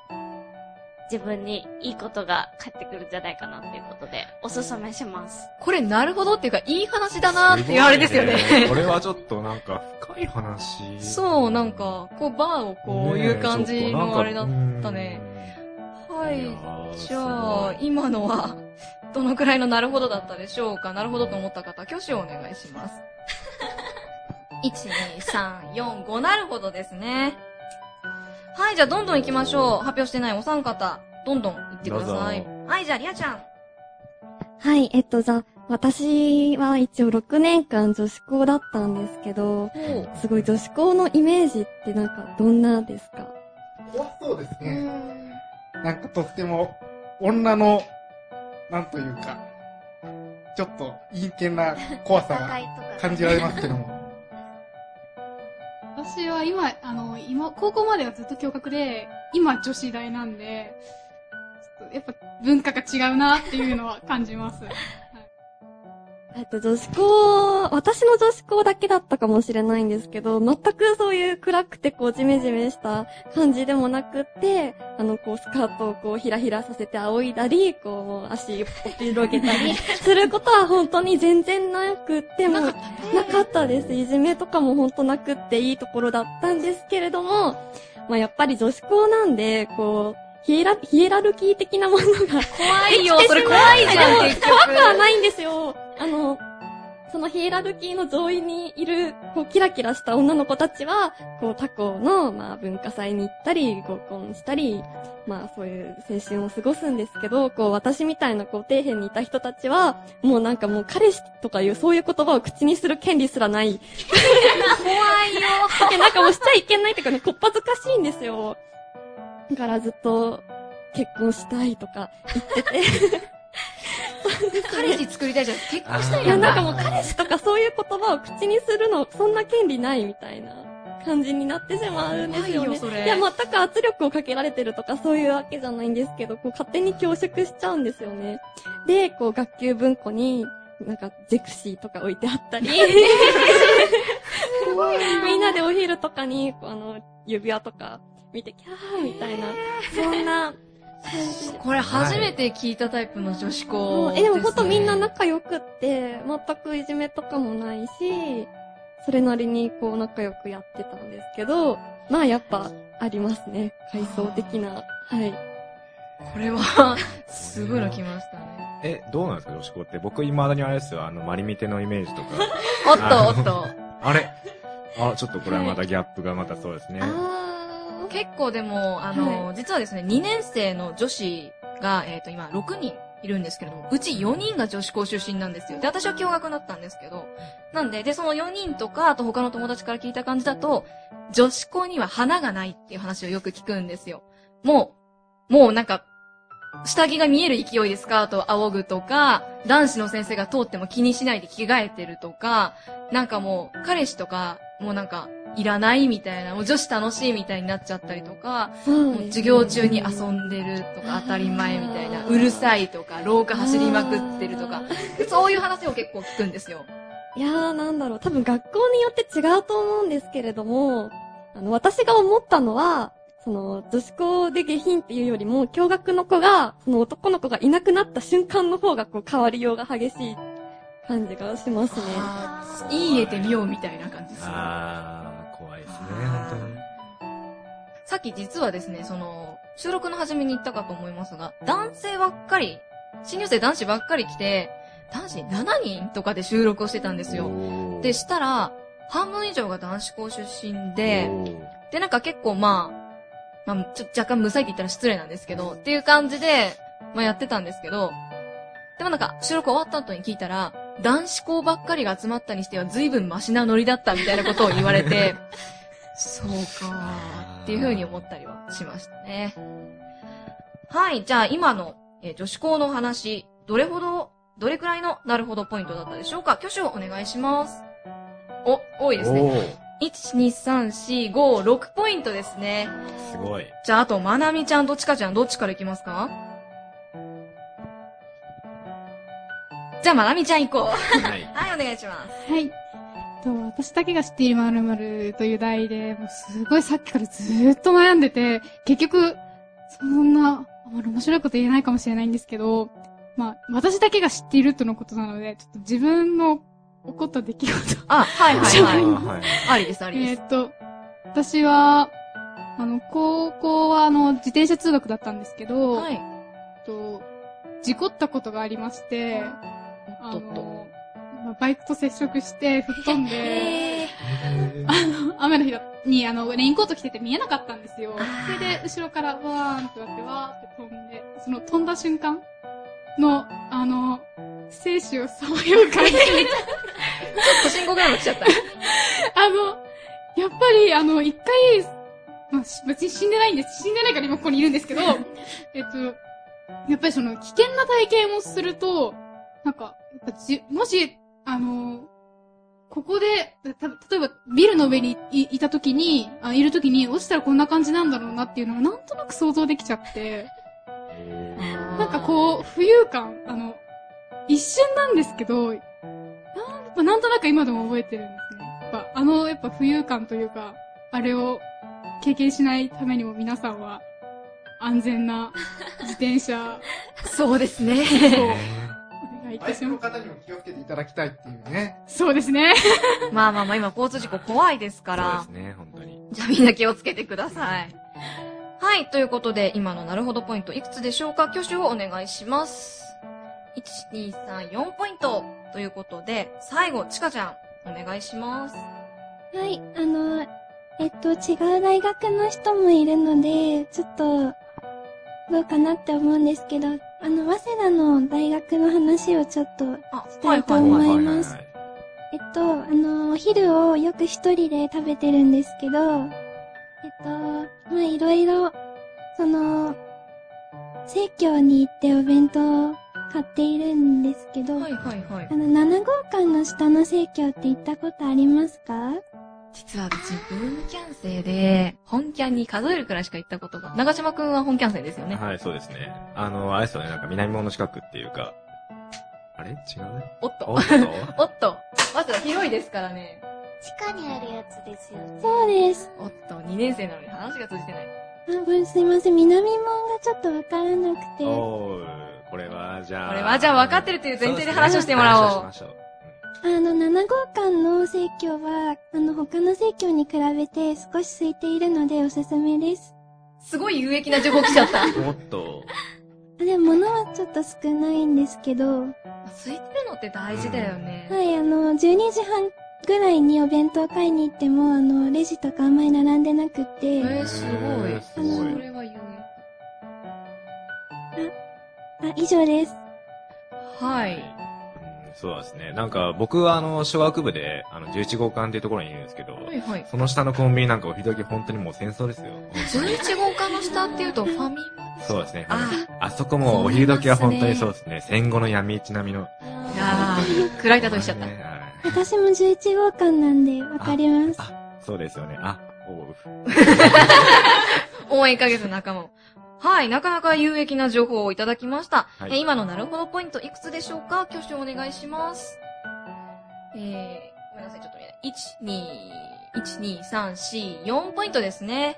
Speaker 1: 自分にいいことが返ってくるんじゃないかなっていうことで、おすすめします。
Speaker 3: これなるほどっていうか、いい話だなーっていうあれですよね。
Speaker 2: (laughs) これはちょっとなんか深い話。
Speaker 3: そう、なんか、こう、バーをこう
Speaker 2: ねえ
Speaker 3: いう感じのあれだったね。。
Speaker 2: ちょっと
Speaker 3: は
Speaker 2: なん
Speaker 3: い。
Speaker 2: かうんいやー
Speaker 3: じゃあ
Speaker 2: す、
Speaker 3: 今のは、 (laughs) どのくらいのなるほどだったでしょうかなるほどと思った方、挙手をお願いし
Speaker 7: (laughs)
Speaker 3: ます。1、2、3、4、5なるほどですね。はい、じゃあどんどん行きましょう。発表してないお三方、どんどん行ってください
Speaker 2: ど。
Speaker 3: はい、じゃあ、りあちゃん。
Speaker 7: はい、えっと、じゃあ、私は一応6年間女子校だったんですけど、
Speaker 3: お
Speaker 7: すごい女子校のイメージってなんかどんなですか
Speaker 6: 怖そうですね。なんかとっても、女の、なんというか、ちょっと陰険な怖
Speaker 1: (laughs)
Speaker 6: さ
Speaker 1: 戦
Speaker 6: が
Speaker 1: いとか。
Speaker 6: 感じられますけども。
Speaker 5: 私は今、あの、今、高校まではずっと共学で、今女子大なんで、ちょっとやっぱ文化が違うなっていうのは感じます。
Speaker 7: えっと、女子校、私の女子校だけだったかもしれないんですけど、全くそういう暗くてこう、ジメジメした感じでもなくって、あの、こう、スカートをこう、ひらひらさせて仰いだり、こう、足を広げた (laughs) り、することは本当に全然なくって、もう、なかったです。いじめとかも本当なくっていいところだったんですけれども、まあ、やっぱり女子校なんで、こう、ヒエラ、ヒエラルキー的なものが
Speaker 3: 怖いよ、それ怖いじゃん、結局。
Speaker 7: ではないんですよ。あの、そのヒエラルキーの上位にいる、こう、キラキラした女の子たちは、こう、他校の、まあ、文化祭に行ったり、合コンしたり、まあ、そういう青春を過ごすんですけど、こう、私みたいな、こう、底辺にいた人たちは、もうなんかもう、彼氏とかいう、そういう言葉を口にする権利すらない。怖いよ。なんかもう、しちゃいけないとかね、こっぱずかしいんですよ。だからずっと、結婚したいとか、
Speaker 3: 彼氏作りたいじゃん。結婚したい
Speaker 7: いや、
Speaker 3: やん
Speaker 7: なんか
Speaker 3: な。
Speaker 7: もう彼 (laughs) 氏とかそういう言葉を口にするの、そんな権利ないみたいな感じになってしまうんです
Speaker 3: 怖
Speaker 7: よ
Speaker 3: いよ
Speaker 7: ね。
Speaker 3: それ
Speaker 7: いや、全く圧力をかけられてるとかそういうわけじゃないんですけど、こう勝手に教職しちゃうんですよね。で、こう学級文庫に、なんか、ゼクシーとか置いてあった (laughs) り。みんなでお昼とかに、こうあの、指輪とか見て、キャーみたいな。そんな、
Speaker 3: これ初めて聞いたタイプの女子
Speaker 7: も
Speaker 3: 校
Speaker 7: う
Speaker 3: す
Speaker 7: え、
Speaker 3: ね。
Speaker 7: でもほんとみんな仲良くって、全くいじめとかもないし、それなりにこう仲良くやってたんですけど、まあやっぱありますね。階層的な。はい。
Speaker 3: これ
Speaker 7: (laughs)
Speaker 3: は、すごいの来ましたね。
Speaker 2: え、どうなんですか女子校って。僕、未だにあれですよ。あの、マリミテのイメージとか。
Speaker 3: おっと、おっと。
Speaker 2: あれあ、ちょっとこれはまたギャップがまたそうですね。
Speaker 7: あ
Speaker 3: 結構でも、あの、実はですね、2年生の女子が、えっ、と、今、6人いるんですけれども、うち4人が女子校出身なんですよ。で、私は共学だったんですけど、なんで、で、その4人とか、あと他の友達から聞いた感じだと、女子校には花がないっていう話をよく聞くんですよ。もう、もうなんか、下着が見える勢いでスカートを仰ぐとか、男子の先生が通っても気にしないで着替えてるとか、なんかもう、彼氏とか、もうなんか、いらないみたいな、もう女子楽しいみたいになっちゃったりとか、
Speaker 7: ーそう
Speaker 3: もう
Speaker 7: ですね
Speaker 3: 授業中に遊んでるとか、当たり前みたいな、
Speaker 7: あー
Speaker 3: うるさいとか、廊下走りまくってるとか、そういう話を結構聞くんですよ。
Speaker 7: いやーなんだろう。多分学校によって違うと思うんですけれども、あの、私が思ったのは、その、女子校で下品っていうよりも、共学の子が、その男の子がいなくなった瞬間の方が、こう、変わりようが激しい感じがしますね。
Speaker 3: あーいい絵で見ようみたいな感じですね。
Speaker 2: あー、怖いですね、
Speaker 3: あー
Speaker 2: 本
Speaker 3: さっき実はですね、その、収録の初めに言ったかと思いますが、男性ばっかり、新入生男子ばっかり来て、男子7人とかで収録をしてたんです
Speaker 2: 当
Speaker 3: よ。
Speaker 2: に。
Speaker 3: で、したら、半分以上が男子校出身で、
Speaker 2: おー、
Speaker 3: で、なんか結構まあ、まあ、ちょ、若干無さいって言ったら失礼なんですけど、っていう感じで、まあやってたんですけど、でもなんか収録終わった後に聞いたら、男子校ばっかりが集まったにしては随分マシなノリだったみたいなことを言われて、そうかーっていうふうに思ったりはしましたね。はい、じゃあ今の、えー女子校の話、どれほど、どれくらいのなるほどポイントだったでしょうか挙手をお願いします。お、多いですね。
Speaker 2: おー
Speaker 3: 1,2,3,4,5,6ポイントですね。
Speaker 2: すごい。
Speaker 3: じゃあ、あと、まなみちゃんとちかちゃん、どっちからいきますかじゃあ、まなみちゃん行こう。
Speaker 2: はい。
Speaker 3: はい、お願いします。
Speaker 5: はい。えっと私だけが知っている〇〇という題で、もうすごいさっきからずーっと悩んでて、結局、そんな、あまり面白いこと言えないかもしれないんですけど、まあ、私だけが知っているとのことなので、ちょっと自分の起こった出来事
Speaker 3: あ、はいはい
Speaker 5: じゃあ
Speaker 3: はい。
Speaker 2: はい。
Speaker 3: ありです、あり
Speaker 5: え
Speaker 3: で
Speaker 5: ーっと、私は、あの、高校は、あの、自転車通学だったんですけ
Speaker 3: す。
Speaker 5: ど、
Speaker 3: はい。
Speaker 5: えっと、事故ったことがありまして、
Speaker 3: お
Speaker 5: あ
Speaker 3: っとっと。
Speaker 5: の、まあバイクと接触して、吹っ飛んで、
Speaker 3: え
Speaker 5: 雨の日に、あの、レインコート着てて見えなかったんですよ。それで、後ろから、わーんってなって、わーって飛んで、その飛んだ瞬間の、あの、生死をさまよう感じ。
Speaker 3: ー、ちょっと信号ぐらいも来ちゃった。
Speaker 5: あの、やっぱり、あの、一回、まあ、し別に死んでないんです。死んでないから今ここにいるんですけど、えっと、やっぱりその、危険な体験をすると、なんか、やっぱじ、もし、あの、ここで、た例えば、ビルの上にいいたときに、あ、いるときに、落ちたらこんな感じなんだろうなっていうのが、なんとなく想像できちゃって、
Speaker 2: え
Speaker 5: なんかこう、浮遊感、あの、一瞬なんですけど、まあ、なんとなく今でも覚えてるんですね。やっぱ、あの、やっぱ浮遊感というか、あれを経験しないためにも皆さんは、安全な自転車
Speaker 3: (laughs) (laughs) そうですね。
Speaker 5: をお願いいた
Speaker 6: 相
Speaker 5: し
Speaker 6: 手の
Speaker 5: ま
Speaker 6: 方にも気をつけていただきたいっていうね。
Speaker 5: す。そうですね。
Speaker 3: まあまあまあ、今交通事故怖いですか
Speaker 2: そうで
Speaker 3: ら
Speaker 2: す、ね、本当に。
Speaker 3: じゃあみんな気をつけてください。はい、ということで、今のなるほどポイントいくつでしょうか挙手をお願いします。1、2、3、4ポイントということで、最後、ちかちゃん、お願いします。
Speaker 4: はい、あの、えっと、違う大学の人もいるので、ちょっと、どうかなって思うんですけど、あの、早稲田の大学の話をちょっと、
Speaker 3: あ、
Speaker 4: たいと思
Speaker 2: はいい
Speaker 4: ますえっと、あの、お昼をよく一人で食べてるんですけど、えっと、まあ、いろいろ、その、生協に行ってお弁当を買っているんですけど、
Speaker 3: はいはいはい
Speaker 4: あ。の、7号館の下の生協って行ったことありますか
Speaker 3: 実は私、ブームキャンセで、本キャンに数えるくらいしか行ったことが。長島くんは本キャンセですよね。
Speaker 2: はい、そうですね。あの、あれですよね、なんか南門の近くっていうか、あれ違うね。
Speaker 3: おっと。
Speaker 2: お
Speaker 3: (laughs)
Speaker 2: っと
Speaker 3: おっと。まずは広いですからね。
Speaker 1: 地下にあるやつですよね。
Speaker 4: そうです。
Speaker 3: おっと、2年生なのに話が通じてない。
Speaker 4: あ、これすいません。南門がちょっとわからなくて。あ
Speaker 2: おー、これはじゃあ。
Speaker 3: これはじゃあ分かってるという前提で話をしてもらお
Speaker 2: そ
Speaker 3: う
Speaker 2: ですね話をしましょう。
Speaker 4: の、7号館の生協は、あの、他の生協に比べて少し空いているのでおすすめです。
Speaker 3: すごい有益な情報来ちゃ (laughs) った。
Speaker 2: おっと。
Speaker 4: あでも、物はちょっと少ないんですけど、は
Speaker 3: 空いてるのって大事だよね。
Speaker 4: い、あの、12時半ぐらいにお弁当買いに行っても、あの、レジとかあんまり並んでなくって、
Speaker 3: えー、すご
Speaker 2: え
Speaker 3: い。
Speaker 2: ーすごい
Speaker 3: それは有益。
Speaker 4: あ、以上です。
Speaker 3: はい。
Speaker 2: うんそうですね。なんか、僕はあの、小学部で、あの、11号館っていうところにいるんですけど、
Speaker 3: はいはい。
Speaker 2: その下のコンビニなんかお昼時本当にもう戦争です
Speaker 3: (laughs)
Speaker 2: よ。
Speaker 3: 11号館の下っていうと、ファミ
Speaker 2: そうですね。あ
Speaker 3: あ
Speaker 2: のあそこもお昼時は本当にそうですね。戦後の闇市並みの。
Speaker 3: あ、あー、暗いたと
Speaker 2: (laughs)
Speaker 3: しちゃった。
Speaker 2: ねはい
Speaker 4: 私も11号館なんで、わかります。
Speaker 2: そうですよね。あ、おう。
Speaker 3: 応援1ヶ月の仲間を。はい、なかなか有益な情報をいただきました。
Speaker 2: はい
Speaker 3: えー今のなるほどポイントいくつでしょうか挙手お願いします。えー、ごめんなさい、ちょっと見えない。1、2、1、2、3、4、4ポイントですね。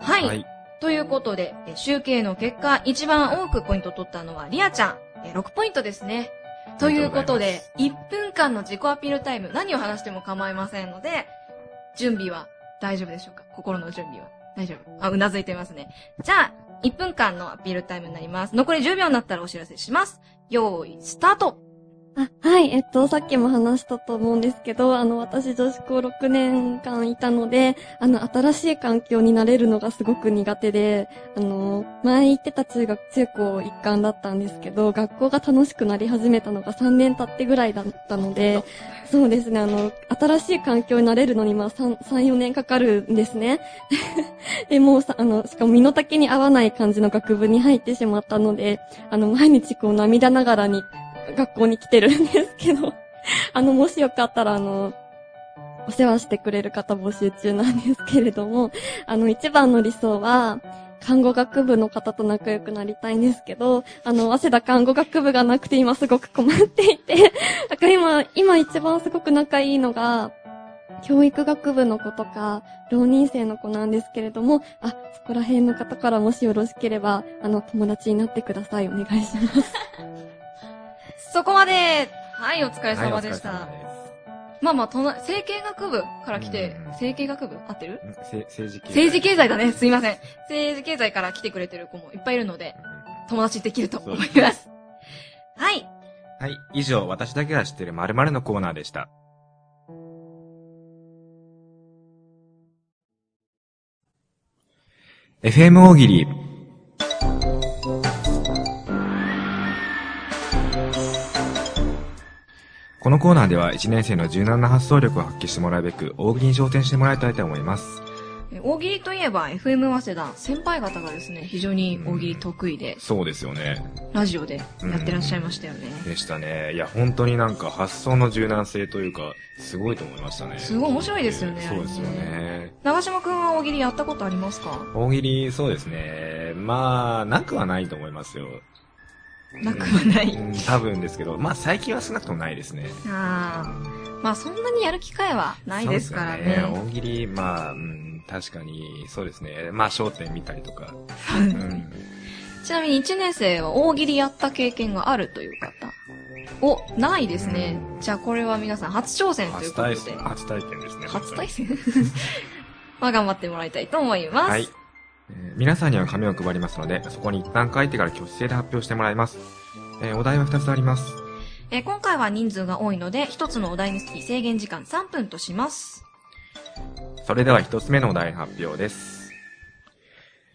Speaker 3: はい。
Speaker 2: はい
Speaker 3: ということで、えー集計の結果、一番多くポイント取ったのはリアちゃん。えー6ポイントですね。ということで、1分間の自己アピールタイム、何を話しても構いませんので、準備は大丈夫でしょうか心の準備は。大丈夫。あ、うなずいていますね。じゃあ、1分間のアピールタイムになります。残り10秒になったらお知らせします。用意、スタート
Speaker 7: あ、はい、えっと、さっきも話したと思うんですけど、あの、私女子校6年間いたので、あの、新しい環境に慣れるのがすごく苦手で、あの、前行ってた中学、中高一貫だったんですけど、学校が楽しくなり始めたのが3年経ってぐらいだったので、そうですね、あの、新しい環境に慣れるのに、まあ、3、3 4年かかるんですね。 (laughs) で、もうさ、あの、しかも身の丈に合わない感じの学部に入ってしまったので、あの、毎日こう涙ながらに学校に来てるんですけど、 (laughs) あの、もしよかったら、あの、お世話してくれる方募集中なんですけれども、あの、一番の理想は、看護学部の方と仲良くなりたいんですけど、あの、早稲田看護学部がなくて今すごく困っていて、 (laughs) なんか今、今一番すごく仲いいのが、教育学部の子とか、浪人生の子なんですけれども、あ、そこら辺の方からもしよろしければ、あの、友達になってください。お願いします。
Speaker 3: そこまではい、お疲れ様でした。
Speaker 2: はい
Speaker 3: まあまあ、とな、整形学部から来て
Speaker 2: うん、
Speaker 3: 整形学部合ってる
Speaker 2: お疲れ様ですんせ政治系。
Speaker 3: 政治経済だね。すいません。政治経済から来てくれてる子もいっぱいいるので、友達できると思います。はい。
Speaker 2: はい。以上、私だけが知ってる〇〇のコーナーでした。FM 大喜利。このコーナーでは1年生の柔軟な発想力を発揮してもらうべく、大喜利に挑戦してもらいたいと思います。
Speaker 3: え大喜利といえば、FM 早稲田、先輩方がですね、非常に大喜利得意で、
Speaker 2: そうですよね。
Speaker 3: ラジオでやってらっしゃいましたよね。
Speaker 2: でしたね。いや、本当になんか発想の柔軟性というか、すごいと思いましたね。
Speaker 3: すごい面白いですよね
Speaker 2: そうですよね。
Speaker 3: 長島くんは大喜利やったことありますか
Speaker 2: 大喜利、そうですね。まあ、なくはないと思いますよ。
Speaker 3: なくはな
Speaker 2: う
Speaker 3: い。
Speaker 2: ん多分ですけど、まあ最近は少なくともないですね。
Speaker 3: ああ。まあそんなにやる機会はないですからね。
Speaker 2: そうですよ大喜利、まあ、うん、確かに、そうですね。まあ、焦点見たりとか。うん。
Speaker 3: ちなみに1年生は大喜利やった経験があるという方。お、ないですね。
Speaker 2: うん
Speaker 3: じゃあこれは皆さん初挑戦とい
Speaker 2: 初
Speaker 3: うこと
Speaker 2: 体
Speaker 3: で。
Speaker 2: 験、初体験ですね。
Speaker 3: 初対戦 (laughs) まあ頑張ってもらいたいと思います。
Speaker 2: はい。えー皆さんには紙を配りますので、そこに一旦書いてから挙手制で発表してもらいます。えーお題は2つあります。
Speaker 3: えー今回は人数が多いので、一つのお題につき制限時間3分とします。
Speaker 2: それでは1つ目のお題の発表です。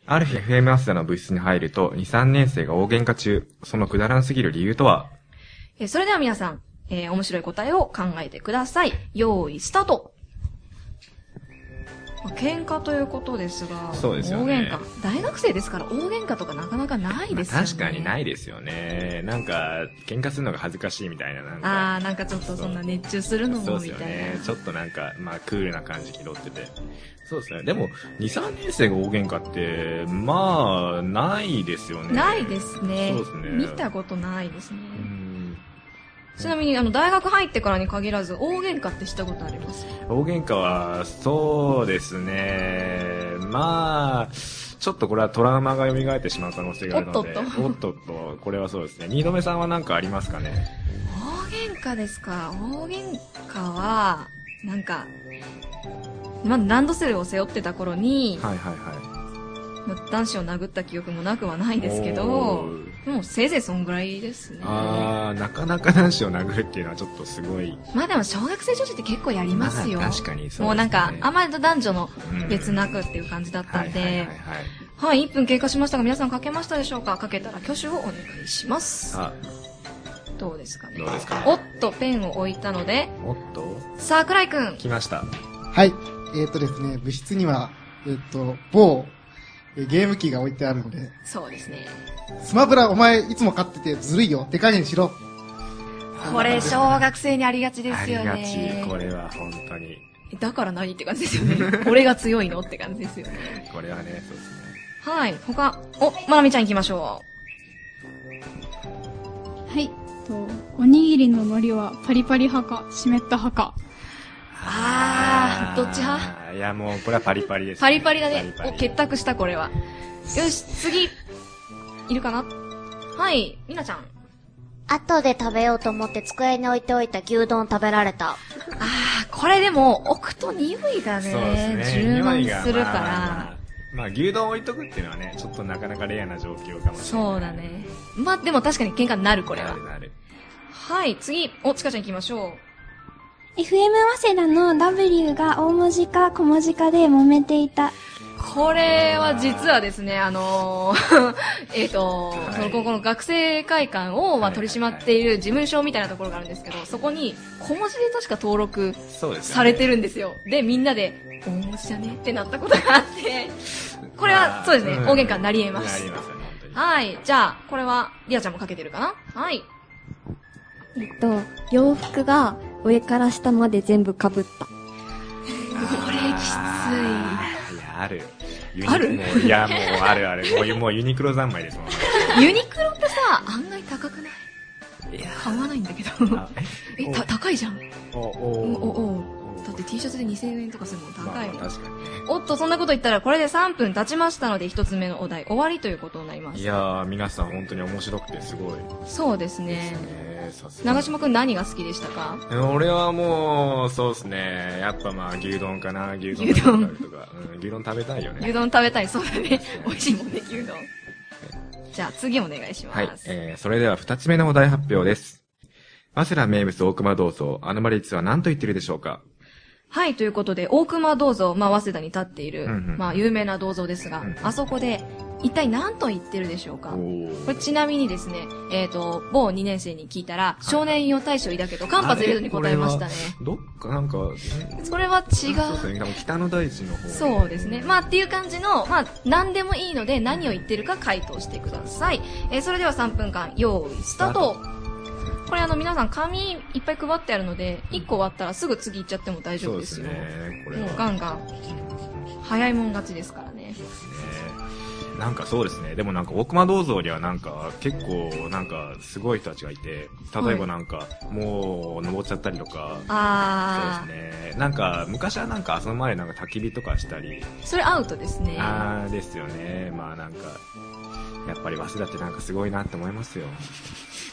Speaker 2: ある日 FM アスダの部室に入ると、2、3年生が大喧嘩中。そのくだらんすぎる理由とは
Speaker 3: えーそれでは皆さん、えー面白い答えを考えてください。用意、スタートまあ喧嘩ということですが、
Speaker 2: そうですよね
Speaker 3: 大喧嘩。大学生ですから大喧嘩とかなかなかないですよ
Speaker 2: ま
Speaker 3: ね。。
Speaker 2: あ確かにないいですよね。なんか、喧嘩するのが恥ずかしいみたいな、なんか。
Speaker 3: あー、なんかちょっとそんな熱中するの
Speaker 2: そ
Speaker 3: も
Speaker 2: うですよ
Speaker 3: みたい
Speaker 2: ね
Speaker 3: な。。
Speaker 2: ちょっとなんか、まあ、クールな感じ拾ってて。そうですね。でも、2、3年生が大喧嘩って、まあ、ないですよね。
Speaker 3: ないですね。
Speaker 2: そうですね
Speaker 3: 見たことないですね。
Speaker 2: うん
Speaker 3: ちなみに、あの、大学入ってからに限らず、大喧嘩ってしたことあります
Speaker 2: 大喧嘩は、そうですね。まあ、ちょっとこれはトラウマが蘇ってしまう可能性があるので。
Speaker 3: おっとっと
Speaker 2: おっとっとこれはそうですね。二度目さんは何かありますかね
Speaker 3: 大喧嘩ですか大喧嘩は、なんか、まあ、ランドセルを背負ってた頃に、
Speaker 2: はいはいは。
Speaker 3: まあ男子を殴った記憶もなくはないいですけ
Speaker 2: お
Speaker 3: ど、
Speaker 2: ー。
Speaker 3: でもせいぜいそんぐらいですね。ま
Speaker 2: あー、なかなか男子を殴るっていうのはちょっとすごい。
Speaker 3: あでも小学生女子って結構やりますよ。
Speaker 2: まあ確かにそうですね。
Speaker 3: もうなんか、
Speaker 2: ま
Speaker 3: あまりと男女の別なくっていう感じだったんで、
Speaker 2: は
Speaker 3: は
Speaker 2: は
Speaker 3: いい
Speaker 2: いはいはい
Speaker 3: 1分経過しましたが皆さん書けましたでしょうか書けたら挙手をお願いします。
Speaker 2: あ、
Speaker 3: どうですかね
Speaker 2: どう。ですか
Speaker 3: おっと、ペンを置いたので、
Speaker 2: おっと
Speaker 3: 桜井くん。
Speaker 2: 来ました。
Speaker 6: はい。えっ、とですね、部室には、えっ、と、某、えーゲーム機が置いてあるので、
Speaker 3: そうですね。
Speaker 6: スマブラお前いつも勝っててずるいよ、手加減しろ。
Speaker 3: これ、小学生にありがちで
Speaker 2: あ
Speaker 3: す
Speaker 2: り
Speaker 3: よ
Speaker 2: がち。こ
Speaker 3: ね。
Speaker 2: れは本当に。
Speaker 3: だから何って感じですよ
Speaker 2: (laughs)
Speaker 3: ね。これが強いのって感じですよね。
Speaker 2: これはね、そうですね。
Speaker 3: はい。他、お、まなみちゃん行きましょ
Speaker 5: はい。とおにぎりの海苔はパリパリ派か、湿った派か。
Speaker 3: う。あー、どっち派
Speaker 2: あーいや、もう、これはパリパリです、
Speaker 3: パリパリだね。
Speaker 2: パリパリ
Speaker 3: お、結託した、これは。よし、次、いるかなはい、みなちゃん。
Speaker 1: 後で食べようと思って机に置いておいた牛丼食べられた。
Speaker 3: あー、これでも、置くと匂いがね、
Speaker 2: そうですね。
Speaker 3: 充満
Speaker 2: 匂いが
Speaker 3: する
Speaker 2: ま
Speaker 3: か
Speaker 2: あまあま
Speaker 3: ら
Speaker 2: あ。まあ、牛丼置いとくっていうのはね、ちょっとなかなかレアな状況かもしれない。
Speaker 3: そうだね。まあ、でも確かに喧嘩になる、これ
Speaker 2: な
Speaker 3: は
Speaker 2: る。なる。
Speaker 3: はい、次、お、ちかちゃん行きましょう。
Speaker 4: FM 早稲田の W が大文字か小文字かで揉めていた。
Speaker 3: これは実はですね、あのー (laughs) えっと、
Speaker 2: はい
Speaker 3: その高校の学生会館を、ま
Speaker 2: はいはいは
Speaker 3: あ、
Speaker 2: い
Speaker 3: 取り締まっている事務所みたいなところがあるんですけど、そこに小文字で確か登録
Speaker 2: そうです、ね。
Speaker 3: されてるんですよ。で、みんなで、大文字じゃねってなったことがあって、これは、そうですね、大喧嘩になり得ます。
Speaker 2: なりますよね、本当に。
Speaker 3: はい、じゃあ、これは、リアちゃんもかけてるかなはい。
Speaker 7: えっと、洋服が上から下まで全部被った。
Speaker 3: これきつい
Speaker 2: あーいや、ある。ユニ
Speaker 3: ある
Speaker 2: もういや、もうあるある。もうもうユニクロ三昧です
Speaker 3: (laughs)
Speaker 2: もん。
Speaker 3: ユニクロってさ、案外高くない
Speaker 2: いや
Speaker 3: 買わないんだけど。
Speaker 2: あ
Speaker 3: え、た、高いじゃん。
Speaker 2: お、
Speaker 3: お、
Speaker 2: お、お、
Speaker 3: お、お。
Speaker 2: お
Speaker 3: だって T シャツで2000円とかするもん
Speaker 2: まあま
Speaker 3: 高い
Speaker 2: あ
Speaker 3: もん。
Speaker 2: 確かにね。
Speaker 3: おっと、そんなこと言ったら、これで3分経ちましたので、一つ目のお題、終わりということになりま
Speaker 2: い
Speaker 3: す。
Speaker 2: やー、皆さん本当に面白くてすごい
Speaker 3: そうで
Speaker 2: です
Speaker 3: すね。
Speaker 2: ね。さすが
Speaker 3: 長島くん何が好きでしたか
Speaker 2: 俺はもう、そうですね。やっぱまあ、牛丼かな。牛丼
Speaker 3: 牛丼
Speaker 2: 食べたりとか。うん、牛丼食べたいよ
Speaker 3: 牛
Speaker 2: ね。
Speaker 3: 丼食べたい、そうだね (laughs)
Speaker 2: ね。
Speaker 3: 美味しいもんね、牛丼。じゃあ、次お願いします。
Speaker 2: はい。えー、それでは二つ目のお題発表です。マセラ名物大熊銅像、アノマリッツは何と言ってるでしょうか
Speaker 3: はい、ということで、大熊銅像、まあ、早稲田に立っている、
Speaker 2: うんうん
Speaker 3: まあ、有名な銅像ですが、
Speaker 2: うん
Speaker 3: あそこで、一体何と言ってるでしょうか
Speaker 2: ー
Speaker 3: これちなみにですね、えっ、と、某2年生に聞いたら、少年用大賞だけど、間髪入れずに答えましたね。
Speaker 2: どっかなんか、ん
Speaker 3: これは違
Speaker 2: そうです
Speaker 3: う。
Speaker 2: ね。多分北の大地の方。
Speaker 3: そうですね。まあっていう感じの、まあ何でもいいので何を言ってるか回答してください。えーそれでは3分間、用意スタートこれあの皆さん紙いっぱい配ってあるので、1個割ったらすぐ次行っちゃっても大丈
Speaker 2: そう
Speaker 3: 夫で
Speaker 2: ですす
Speaker 3: よ。
Speaker 2: ね。これ
Speaker 3: もう
Speaker 2: は。
Speaker 3: ガンガン、早いもん勝ちですからね。
Speaker 2: ねなんかそうですね。でもなんか大熊銅像にはなんか結構なんかすごい人たちがいて、例えばなんか、もう登っちゃったりとか、
Speaker 3: あ
Speaker 2: そうですね。なんか昔はなんかその前なんか焚き火とかしたり、
Speaker 3: ー、それアウトですね。
Speaker 2: あーですよね。まあなんか、やっぱり早稲田ってなんかすごいなって思いますよ。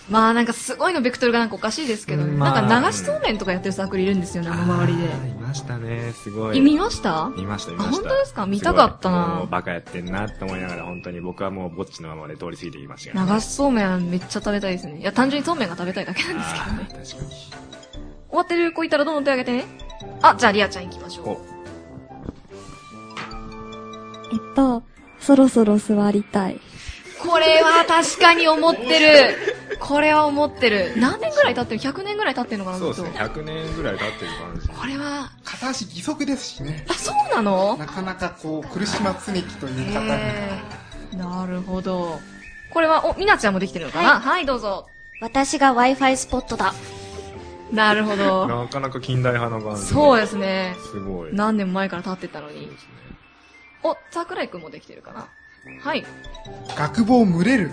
Speaker 3: まあなんかすごいのベクトルがなんかおかしいですけど、
Speaker 2: うんまあ
Speaker 3: なんか流しそうめんとかやってるサークルいるんですよね、あの周りで。
Speaker 2: あーいましたね。すご
Speaker 3: え
Speaker 2: い。
Speaker 3: 見ました
Speaker 2: 見ました、見
Speaker 3: あ、
Speaker 2: ました。
Speaker 3: 本当ですか見たかっ
Speaker 2: すご
Speaker 3: た
Speaker 2: いもう
Speaker 3: な
Speaker 2: バカやってんなって思いながら本当に僕はもうぼっちのままで通り過ぎていきましたけど、
Speaker 3: 流しそうめんめっちゃ食べたいですね。いや、単純にそうめんが食べたいだけなんですけど
Speaker 2: あー
Speaker 3: ね。
Speaker 2: 確かに。
Speaker 3: 終わってる子いたらどんどん手挙げてね。あ、じゃあリアちゃん行きましょう。
Speaker 2: お
Speaker 7: えっと、そろそろ座りたい。
Speaker 3: これは確かに思ってる。これは思ってる。何年ぐらい経ってる ?100 年ぐらい経ってるのかな、
Speaker 2: そうですね。
Speaker 3: ずっと
Speaker 2: 100年ぐらい経ってる感じ。
Speaker 3: これは、
Speaker 6: 片足義足ですしね。
Speaker 3: あ、そうなの
Speaker 6: なかなかこう、苦島つねきという方に。
Speaker 3: えー、なるほど。これは、お、みなちゃんもできてるのかなはい、どうぞ。
Speaker 1: 私が Wi-Fi スポットだ。
Speaker 3: なるほど。
Speaker 2: なかなか近代派の感じ。
Speaker 3: そうですね。
Speaker 2: すごい。
Speaker 3: 何年も前から経ってたの
Speaker 2: そう
Speaker 3: に
Speaker 2: で。すね
Speaker 3: お、桜井くんもできてるかなはい。
Speaker 6: 学帽群れる。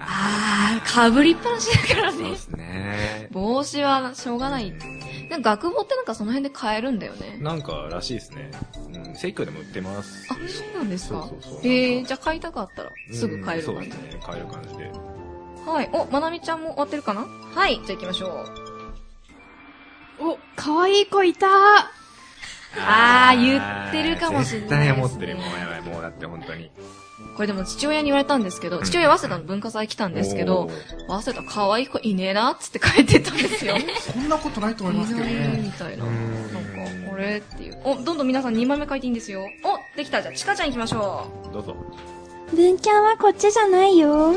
Speaker 3: あー、かぶりっぱなしだから
Speaker 2: そう
Speaker 3: ね
Speaker 2: で。すね。
Speaker 3: 帽子はしょうがない。なんか学帽ってなんかその辺で買えるんだよね。
Speaker 2: なんからしいですね。うん、セイクでも売ってます。
Speaker 3: あ、そうなんですか
Speaker 2: そうそうそう
Speaker 3: えー、じゃあ買いたかったらすぐ買える
Speaker 2: うん
Speaker 3: 感
Speaker 2: そう
Speaker 3: じ
Speaker 2: で。すね。買える感じで。
Speaker 3: はい。お、まなみちゃんも終わってるかなはい。じゃあ行きましょう。
Speaker 5: お、かわいい子いた
Speaker 3: あー言ってるかもしれな
Speaker 2: 絶
Speaker 3: いですね
Speaker 2: 対思ってる。もうやばい、もうだって本当に。
Speaker 3: これでも父親に言われたんですけど、父親早稲田の文化祭来たんですけど
Speaker 2: おー、、
Speaker 3: 早稲田可愛い子いねえなっつって帰ってったんです (laughs) よ。い
Speaker 6: そんなことないと思いますけど
Speaker 3: ない
Speaker 6: ね。
Speaker 3: みたいな。
Speaker 2: う
Speaker 3: なん
Speaker 2: ん
Speaker 3: か、これっていう。お、どんどん皆さん2枚目書いていいんですよ。お、できた。じゃあ、ちかちゃん行きましょう。
Speaker 2: どうぞ。
Speaker 4: 文キャンはこっちじゃないよ。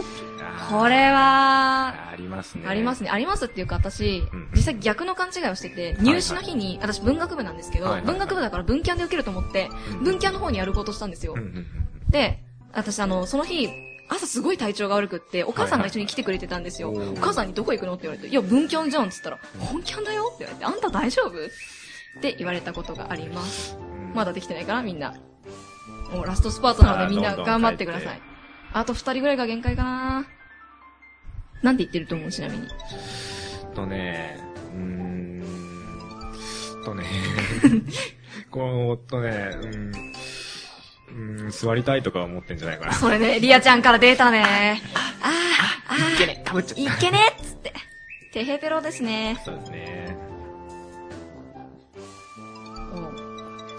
Speaker 2: あ
Speaker 3: これは、
Speaker 2: ーありますね。
Speaker 3: ありますね。ありますっていうか、私
Speaker 2: うん、
Speaker 3: 実際逆の勘違いをしてて、
Speaker 2: い
Speaker 3: 入試の日に、私文学部なんですけど
Speaker 2: はいはい、はい
Speaker 3: 文学部だから文キャンで受けると思って、
Speaker 2: うん。
Speaker 3: 文キャンの方にやることしたんですよ
Speaker 2: うん。うんうん
Speaker 3: で、私あの、その日、朝すごい体調が悪くって、お母さんが一緒に来てくれてたんですよ。
Speaker 2: はいはい
Speaker 3: お母さんにどこ行くのって言われて、いや、文キャンじゃんって言ったら、本キャンだよって言われて、あんた大丈夫って言われたことがあります。
Speaker 2: うん
Speaker 3: まだできてないから、みんな。もうラストスパートな
Speaker 2: あ
Speaker 3: の
Speaker 2: ー
Speaker 3: でみんな
Speaker 2: どんどん
Speaker 3: 頑張ってくだ
Speaker 2: 書
Speaker 3: さ
Speaker 2: い
Speaker 3: い
Speaker 2: て。
Speaker 3: あと二人ぐらいが限界かななんて言ってると思うちなみに。
Speaker 2: とね、うーん、と
Speaker 3: (laughs)
Speaker 2: ね、こう、とね、うん、うん、座りたいとか思ってんじゃないかな。
Speaker 3: それね、リアちゃんから出たね。あー、あー、いけね、
Speaker 2: かぶっち
Speaker 3: いけねっつって。てへぺろですね。
Speaker 2: そうですね。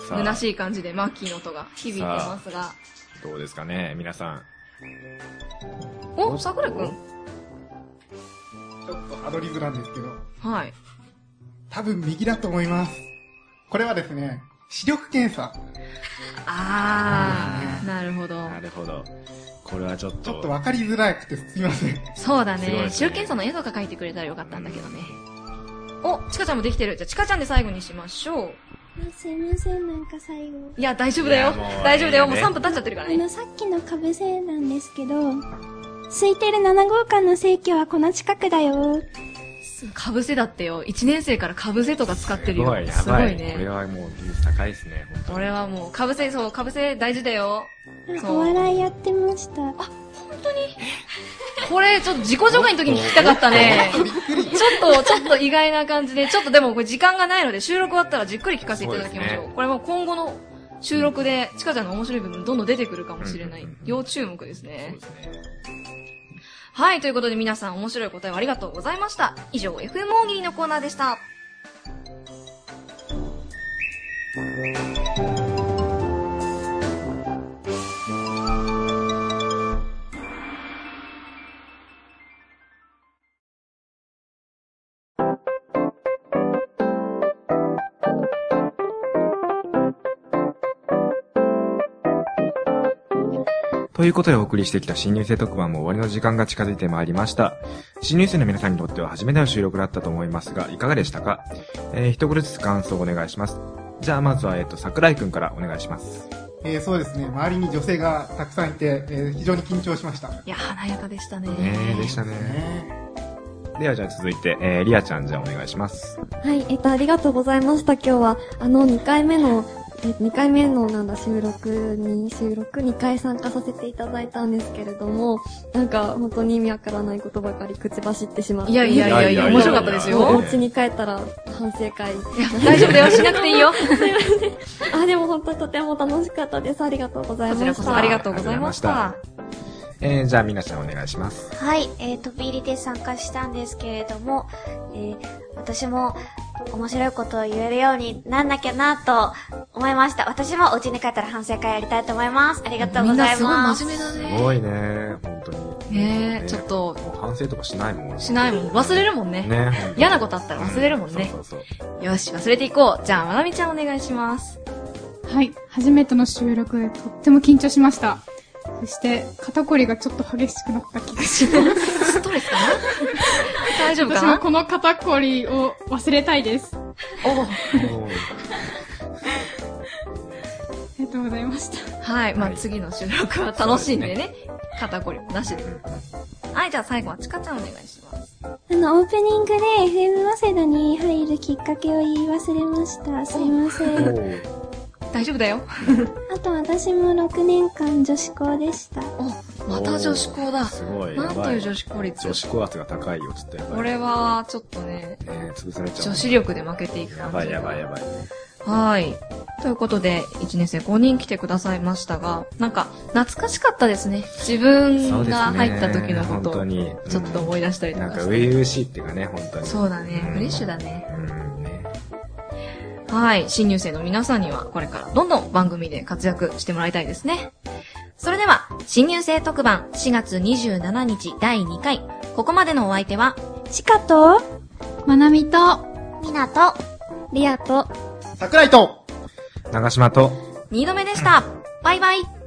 Speaker 2: さあ
Speaker 3: 虚しい感じでマッキーの音が響いてますが。
Speaker 2: どうですかね、皆さん。
Speaker 3: お、桜井くん。
Speaker 6: ちょっとアドリブなんですけど、
Speaker 3: はい。
Speaker 6: 多分右だと思います。これはですね、視力検査。
Speaker 3: あー、なるほど。
Speaker 2: なるほど。これはちょっと。
Speaker 6: ちょっとわかりづらくてすみません。
Speaker 3: そうだ
Speaker 2: すごい
Speaker 3: ね。
Speaker 2: です
Speaker 3: 集
Speaker 2: ね
Speaker 3: 検査の絵とか描いてくれたらよかったんだけどね。お、ちかちゃんもできてる。じゃあ、ちかちゃんで最後にしましょう。
Speaker 4: あすいません、なんか最後。
Speaker 3: いや、大丈夫だよ
Speaker 2: いやもう。
Speaker 3: 大丈夫だよ。
Speaker 2: いい
Speaker 3: も
Speaker 2: ね
Speaker 3: う3分経っちゃってるから
Speaker 4: あ
Speaker 3: ね。
Speaker 4: の、さっきの株制なんですけど、空いてる7号館の正規はこの近くだよ。
Speaker 3: かぶせだってよ。1年生からかぶせとか使ってるよ。
Speaker 2: すごい、やばい。これ
Speaker 3: ね。
Speaker 2: はもう技術高いですね、本当
Speaker 3: 俺はもう、かぶせ、そう、かぶせ大事だよ。そう
Speaker 4: お笑いやってました。
Speaker 3: これ、ちょっと自己紹介の時に聞きたかった
Speaker 2: (laughs)
Speaker 3: ね。(laughs) ちょっと、ちょっと意外な感じで、ちょっとでもこれ時間がないので、収録終わったらじっくり聞かせていただきま
Speaker 2: そ
Speaker 3: し
Speaker 2: う
Speaker 3: ょ
Speaker 2: で
Speaker 3: う。
Speaker 2: すね
Speaker 3: これもう今後の収録で、ちかちゃんの面白い部分どんどん出てくるかもしれない
Speaker 2: うんうんうん。
Speaker 3: 要注目です
Speaker 2: そう
Speaker 3: ね
Speaker 2: で。すね。
Speaker 3: はい、ということで皆さん面白い答えをありがとうございました。以上、FM 大喜利のコーナーでした。
Speaker 2: ということでお送りしてきた新入生特番も終わりの時間が近づいてまいりました。新入生の皆さんにとっては初めての収録だったと思いますが、いかがでしたかえー、一言ずつ感想をお願いします。じゃあまずは、えっと、桜井くんからお願いします。
Speaker 6: えー、そうですね、周りに女性がたくさんいて、えー非常に緊張しました。
Speaker 3: いや、華やかでしたね。
Speaker 2: ねえ、でしたね。
Speaker 6: ね
Speaker 2: ではじゃあ続いて、えー、リアちゃんじゃあお願いします。
Speaker 7: はい、えっと、ありがとうございました。今日は、あの、2回目のえ2回目のなんだ収録に収録2回参加させていただいたんですけれども、なんか本当に意味わからないことばかり口走ってしまって。
Speaker 3: いやいやいやいや、面白かったです
Speaker 7: お
Speaker 3: よ。
Speaker 7: 家に帰ったら反省会。
Speaker 3: 大丈夫だよ、しなくていい
Speaker 2: (laughs)
Speaker 3: よ。
Speaker 7: (laughs) あ、でも本当にとても楽しかったです。ありがとうござい
Speaker 3: こ
Speaker 7: ま
Speaker 3: ちらこ
Speaker 7: し
Speaker 3: そ
Speaker 7: た。
Speaker 3: ありがとうございました。
Speaker 2: えー、じゃあ、みなちゃんお願いします。
Speaker 1: はい、えー、飛び入りで参加したんですけれども、えー、私も面白いことを言えるようになんなきゃなと思いました。私もお家に帰ったら反省会やりたいと思います。ありがとう
Speaker 3: み
Speaker 1: ご
Speaker 3: ん
Speaker 1: ざ
Speaker 3: ないすごい
Speaker 1: ます。
Speaker 3: 真面目だ
Speaker 2: す
Speaker 3: ね。
Speaker 2: ごいね、本当に。
Speaker 3: ねえ、ちょっと、
Speaker 2: もう反省とかしないもん。
Speaker 3: しないもん。忘れるもんね。
Speaker 2: ね。本当に
Speaker 3: 嫌なことあったら忘れるもんね
Speaker 2: そうそうそう。
Speaker 3: よし、忘れていこう。じゃあ、まなみちゃんお願い
Speaker 2: (laughs)
Speaker 3: します。
Speaker 5: はい。初めての収録、とっても緊張しました。そして、肩こりがちょっと激しくなった気がします。
Speaker 3: ストレス
Speaker 2: (laughs)
Speaker 3: かな大丈夫
Speaker 5: 私
Speaker 3: か
Speaker 5: も
Speaker 3: な
Speaker 5: この肩こりを忘れたいです。あ
Speaker 3: おう
Speaker 2: もう
Speaker 5: りがとうございました。
Speaker 3: はい。まあ、
Speaker 2: はい
Speaker 3: 次の収録は楽しんでね。肩こりもなしで
Speaker 2: う。ん
Speaker 3: はい、じゃあ最後はちかちゃんお願いします。
Speaker 4: あの、オープニングで FM 早稲田に入るきっかけを言い忘れました。すいませ
Speaker 2: うん
Speaker 4: ん。
Speaker 2: お
Speaker 3: (laughs)
Speaker 2: ー
Speaker 3: 大丈夫だよ。
Speaker 4: あと私も6年間女子校でした。
Speaker 3: お、また女子校だ。
Speaker 2: すごい。
Speaker 3: なんという女
Speaker 2: 子
Speaker 3: 子校率
Speaker 2: 女子高圧が高いよ、ちょっとやばい。
Speaker 3: これ
Speaker 2: ね
Speaker 3: は、ちょっとね、
Speaker 2: 潰されちゃう。
Speaker 3: 女子力で負けていく
Speaker 2: や
Speaker 3: 感じ。
Speaker 2: ばいやばいやばい。
Speaker 3: はい。ということで、1年生5人来てくださいましたが、なんか、懐かしかったですね。自分が入った時のこと
Speaker 2: そう
Speaker 3: を、
Speaker 2: ですね本当に。
Speaker 3: ちょっと思い出したり
Speaker 2: うん
Speaker 3: と
Speaker 2: なんか、
Speaker 3: かし
Speaker 2: 初
Speaker 3: て。
Speaker 2: 々しいっていうかね、本当に。
Speaker 3: そうだね
Speaker 2: う。ん
Speaker 3: フレッシュだね。
Speaker 2: うん、ね。
Speaker 3: はい。新入生の皆さんには、これからどんどん番組で活躍してもらいたいですね。それでは、新入生特番4月27日第2回。ここまでのお相手は、
Speaker 4: しかと、
Speaker 5: まなみと、
Speaker 1: みなと、
Speaker 7: リアと
Speaker 6: 桜井と
Speaker 2: 長島と、
Speaker 3: 2度目でした。バイバイ。